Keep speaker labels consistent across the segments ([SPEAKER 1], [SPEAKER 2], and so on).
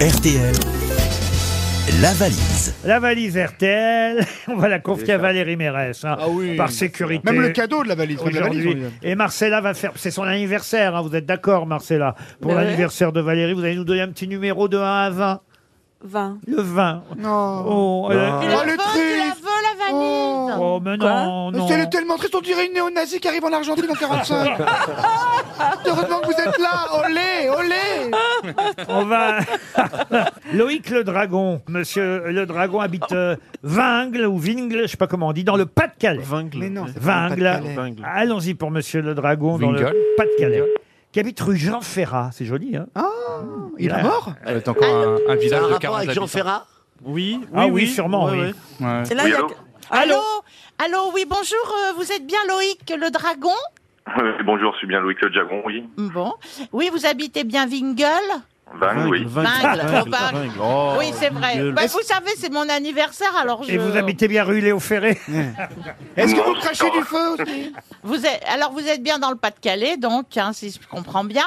[SPEAKER 1] RTL, la valise.
[SPEAKER 2] La valise RTL, on va la confier à Valérie Mérès, hein,
[SPEAKER 3] Ah oui.
[SPEAKER 2] par sécurité.
[SPEAKER 3] Même le cadeau de la valise. même la valise, on
[SPEAKER 2] Aujourd'hui.
[SPEAKER 3] lui donne.
[SPEAKER 2] Et Marcella va faire. C'est son anniversaire, hein, vous êtes d'accord, Marcella Pour
[SPEAKER 4] Ben ouais.
[SPEAKER 2] l'anniversaire de Valérie, vous allez nous donner un petit numéro de 1 à 20.
[SPEAKER 4] 20.
[SPEAKER 2] Le 20.
[SPEAKER 3] Non.
[SPEAKER 2] Oh, elle a-
[SPEAKER 3] Oh,
[SPEAKER 4] la
[SPEAKER 3] le
[SPEAKER 4] veux, tu la
[SPEAKER 3] triste
[SPEAKER 4] veux, la valise
[SPEAKER 2] oh, mais non, non.
[SPEAKER 3] C'est le tellement triste, on dirait une néo-nazie qui arrive en Argentine en 45. Heureusement que vous êtes là, olé, olé
[SPEAKER 2] On va. Loïc le Dragon, monsieur le Dragon habite euh, Vingle ou Vingle, je sais pas comment on dit, dans le Pas-de-Calais.
[SPEAKER 3] Mais non, c'est pas le
[SPEAKER 2] Vingle.
[SPEAKER 3] Pas-de-Calais.
[SPEAKER 2] Allons-y pour monsieur le Dragon dans
[SPEAKER 5] Vingle.
[SPEAKER 2] le Pas-de-Calais. Qui habite rue Jean Ferrat, c'est joli, hein
[SPEAKER 3] Ah, Il est mort
[SPEAKER 5] C'est encore un, un
[SPEAKER 6] Ça a
[SPEAKER 5] village
[SPEAKER 6] un
[SPEAKER 5] de
[SPEAKER 6] rapport
[SPEAKER 5] 40
[SPEAKER 6] avec
[SPEAKER 5] habitants.
[SPEAKER 6] Jean Ferrat
[SPEAKER 7] Oui,
[SPEAKER 2] Ah oui, sûrement, oui.
[SPEAKER 5] Ouais.
[SPEAKER 4] Et là, il y a-
[SPEAKER 8] Allô
[SPEAKER 4] Allô Allô, oui, bonjour, euh, vous êtes bien Loïc le dragon
[SPEAKER 8] Euh, Bonjour, je suis bien Loïc Le Dragon, oui.
[SPEAKER 4] Bon. Oui, vous habitez bien Wingle
[SPEAKER 8] Van, oui.
[SPEAKER 4] Vingle, oh, Vingle. Oui, c'est vrai. Bah, vous savez, c'est mon anniversaire, alors je...
[SPEAKER 2] Et vous habitez bien rue Léo Ferré
[SPEAKER 3] Est-ce que
[SPEAKER 8] Non,
[SPEAKER 3] vous crachez
[SPEAKER 8] non.
[SPEAKER 3] du feu aussi
[SPEAKER 4] Vous êtes, alors vous êtes bien dans le Pas-de-Calais, donc, hein, si je comprends bien.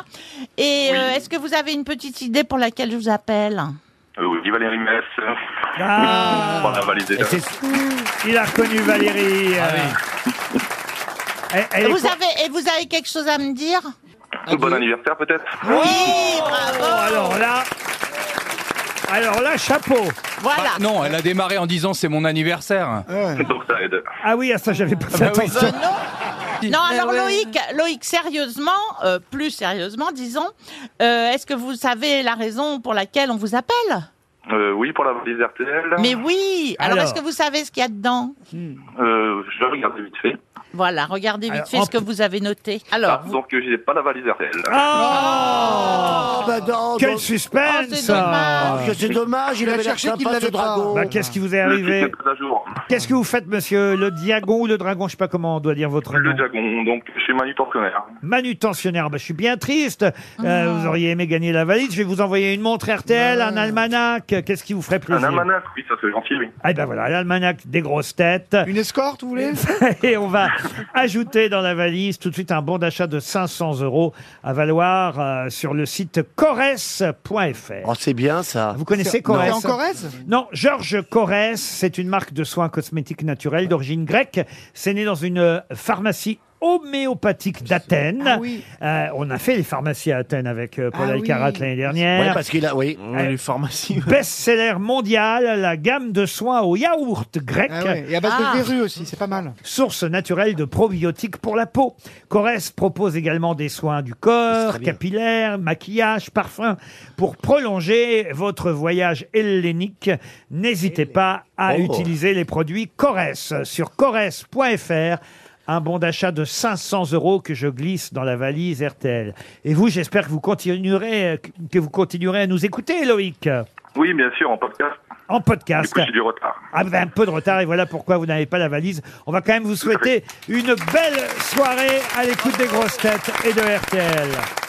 [SPEAKER 4] Et euh, est-ce que vous avez une petite idée pour laquelle je vous appelle
[SPEAKER 8] Euh, oui, Valérie Mess.
[SPEAKER 2] Ah.
[SPEAKER 8] Pour la valise des
[SPEAKER 5] Et c'est-
[SPEAKER 2] Il a reconnu Valérie. euh, elle- elle est
[SPEAKER 4] vous
[SPEAKER 2] con-
[SPEAKER 4] avez, Et vous avez quelque chose à me dire
[SPEAKER 8] Bon anniversaire, peut-être
[SPEAKER 4] Oui, bravo
[SPEAKER 2] Oh, alors là. Alors là, chapeau.
[SPEAKER 4] Voilà.
[SPEAKER 5] Ah, non, elle a démarré en disant c'est mon anniversaire.
[SPEAKER 8] Donc ça aide.
[SPEAKER 2] Ah oui, à ça, j'avais pas fait attention.
[SPEAKER 4] Euh, non. Non, alors Loïc, Loïc, sérieusement, euh, plus sérieusement, disons, euh, est-ce que vous savez la raison pour laquelle on vous appelle
[SPEAKER 8] Euh, oui, pour la valise RTL.
[SPEAKER 4] Mais oui. Alors,
[SPEAKER 2] Alors.
[SPEAKER 4] est-ce que vous savez ce qu'il y a dedans
[SPEAKER 8] Euh, je vais regarder vite fait.
[SPEAKER 4] Voilà, regardez vite
[SPEAKER 2] Alors,
[SPEAKER 4] fait
[SPEAKER 2] en
[SPEAKER 4] ce que vous avez noté.
[SPEAKER 8] Ah,
[SPEAKER 4] Alors, vous-
[SPEAKER 8] donc euh, j'ai pas la valise RTL.
[SPEAKER 2] Ah, Oh,
[SPEAKER 6] Ah bah non,
[SPEAKER 2] Quel
[SPEAKER 6] donc-
[SPEAKER 2] suspense
[SPEAKER 4] Oh, c'est dommage.
[SPEAKER 6] que c'est dommage, il
[SPEAKER 3] a
[SPEAKER 6] avait l'air
[SPEAKER 3] cherché qu'il
[SPEAKER 6] sympa ce
[SPEAKER 3] l'avait pas.
[SPEAKER 6] dragon.
[SPEAKER 2] Bah, Qu'est-ce qui vous est
[SPEAKER 8] Le site
[SPEAKER 2] arrivé
[SPEAKER 8] n'est pas à jour.
[SPEAKER 2] Qu'est-ce que vous faites, monsieur Le Diagon ou le Dragon Je sais pas comment on doit dire votre
[SPEAKER 8] Le
[SPEAKER 2] nom.
[SPEAKER 8] Dragon, donc je suis manutentionnaire.
[SPEAKER 2] Manutentionnaire. Bah, je suis bien triste. Euh,
[SPEAKER 4] Oh.
[SPEAKER 2] vous auriez aimé gagner la valise. Je vais vous envoyer une montre RTL, un almanach. Qu'est-ce qui vous ferait
[SPEAKER 8] Un
[SPEAKER 2] plaisir
[SPEAKER 8] almanach, oui, ça c'est gentil, oui.
[SPEAKER 2] Ah ben voilà, l'almanach des grosses têtes.
[SPEAKER 3] Une escorte, vous voulez
[SPEAKER 2] Et on va ajouter dans la valise tout de suite un bon d'achat de 500 euros à valoir euh, sur le site corres.fr.
[SPEAKER 6] Oh, c'est bien ça.
[SPEAKER 2] Vous connaissez
[SPEAKER 3] C'est
[SPEAKER 2] Corres
[SPEAKER 3] en Corrèze
[SPEAKER 2] Non, Georges Corrès, c'est une marque de soins cosmétiques naturels d'origine grecque. C'est né dans une euh, pharmacie homéopathique d'Athènes.
[SPEAKER 3] Ah oui.
[SPEAKER 2] Euh, on a fait les pharmacies à Athènes avec euh, Paul
[SPEAKER 3] Ah oui.
[SPEAKER 2] Alcarat l'année
[SPEAKER 6] Ouais,
[SPEAKER 2] dernière.
[SPEAKER 6] parce qu'il a, oui.
[SPEAKER 2] les
[SPEAKER 6] pharmacies.
[SPEAKER 2] Best-seller mondial, la gamme de soins au yaourt grec.
[SPEAKER 3] Ah ouais, Et à base
[SPEAKER 4] Ah.
[SPEAKER 3] de verrues aussi, c'est pas mal.
[SPEAKER 2] Source naturelle de probiotiques pour la peau. Corès propose également des soins du corps, capillaires, maquillage, parfum. Pour prolonger votre voyage hellénique, n'hésitez pas à
[SPEAKER 6] Oh.
[SPEAKER 2] utiliser les produits Corès sur corès.fr. Un bon d'achat de 500 euros que je glisse dans la valise RTL. Et vous, j'espère que vous continuerez, que vous continuerez à nous écouter, Loïc,
[SPEAKER 8] Oui, bien sûr, en podcast.
[SPEAKER 2] en
[SPEAKER 8] Du
[SPEAKER 2] podcast.
[SPEAKER 8] coup, j'ai du retard.
[SPEAKER 2] Ah ben, un peu de retard et voilà pourquoi vous n'avez pas la valise. On va quand même vous souhaiter une belle soirée à l'écoute des grosses têtes et de RTL.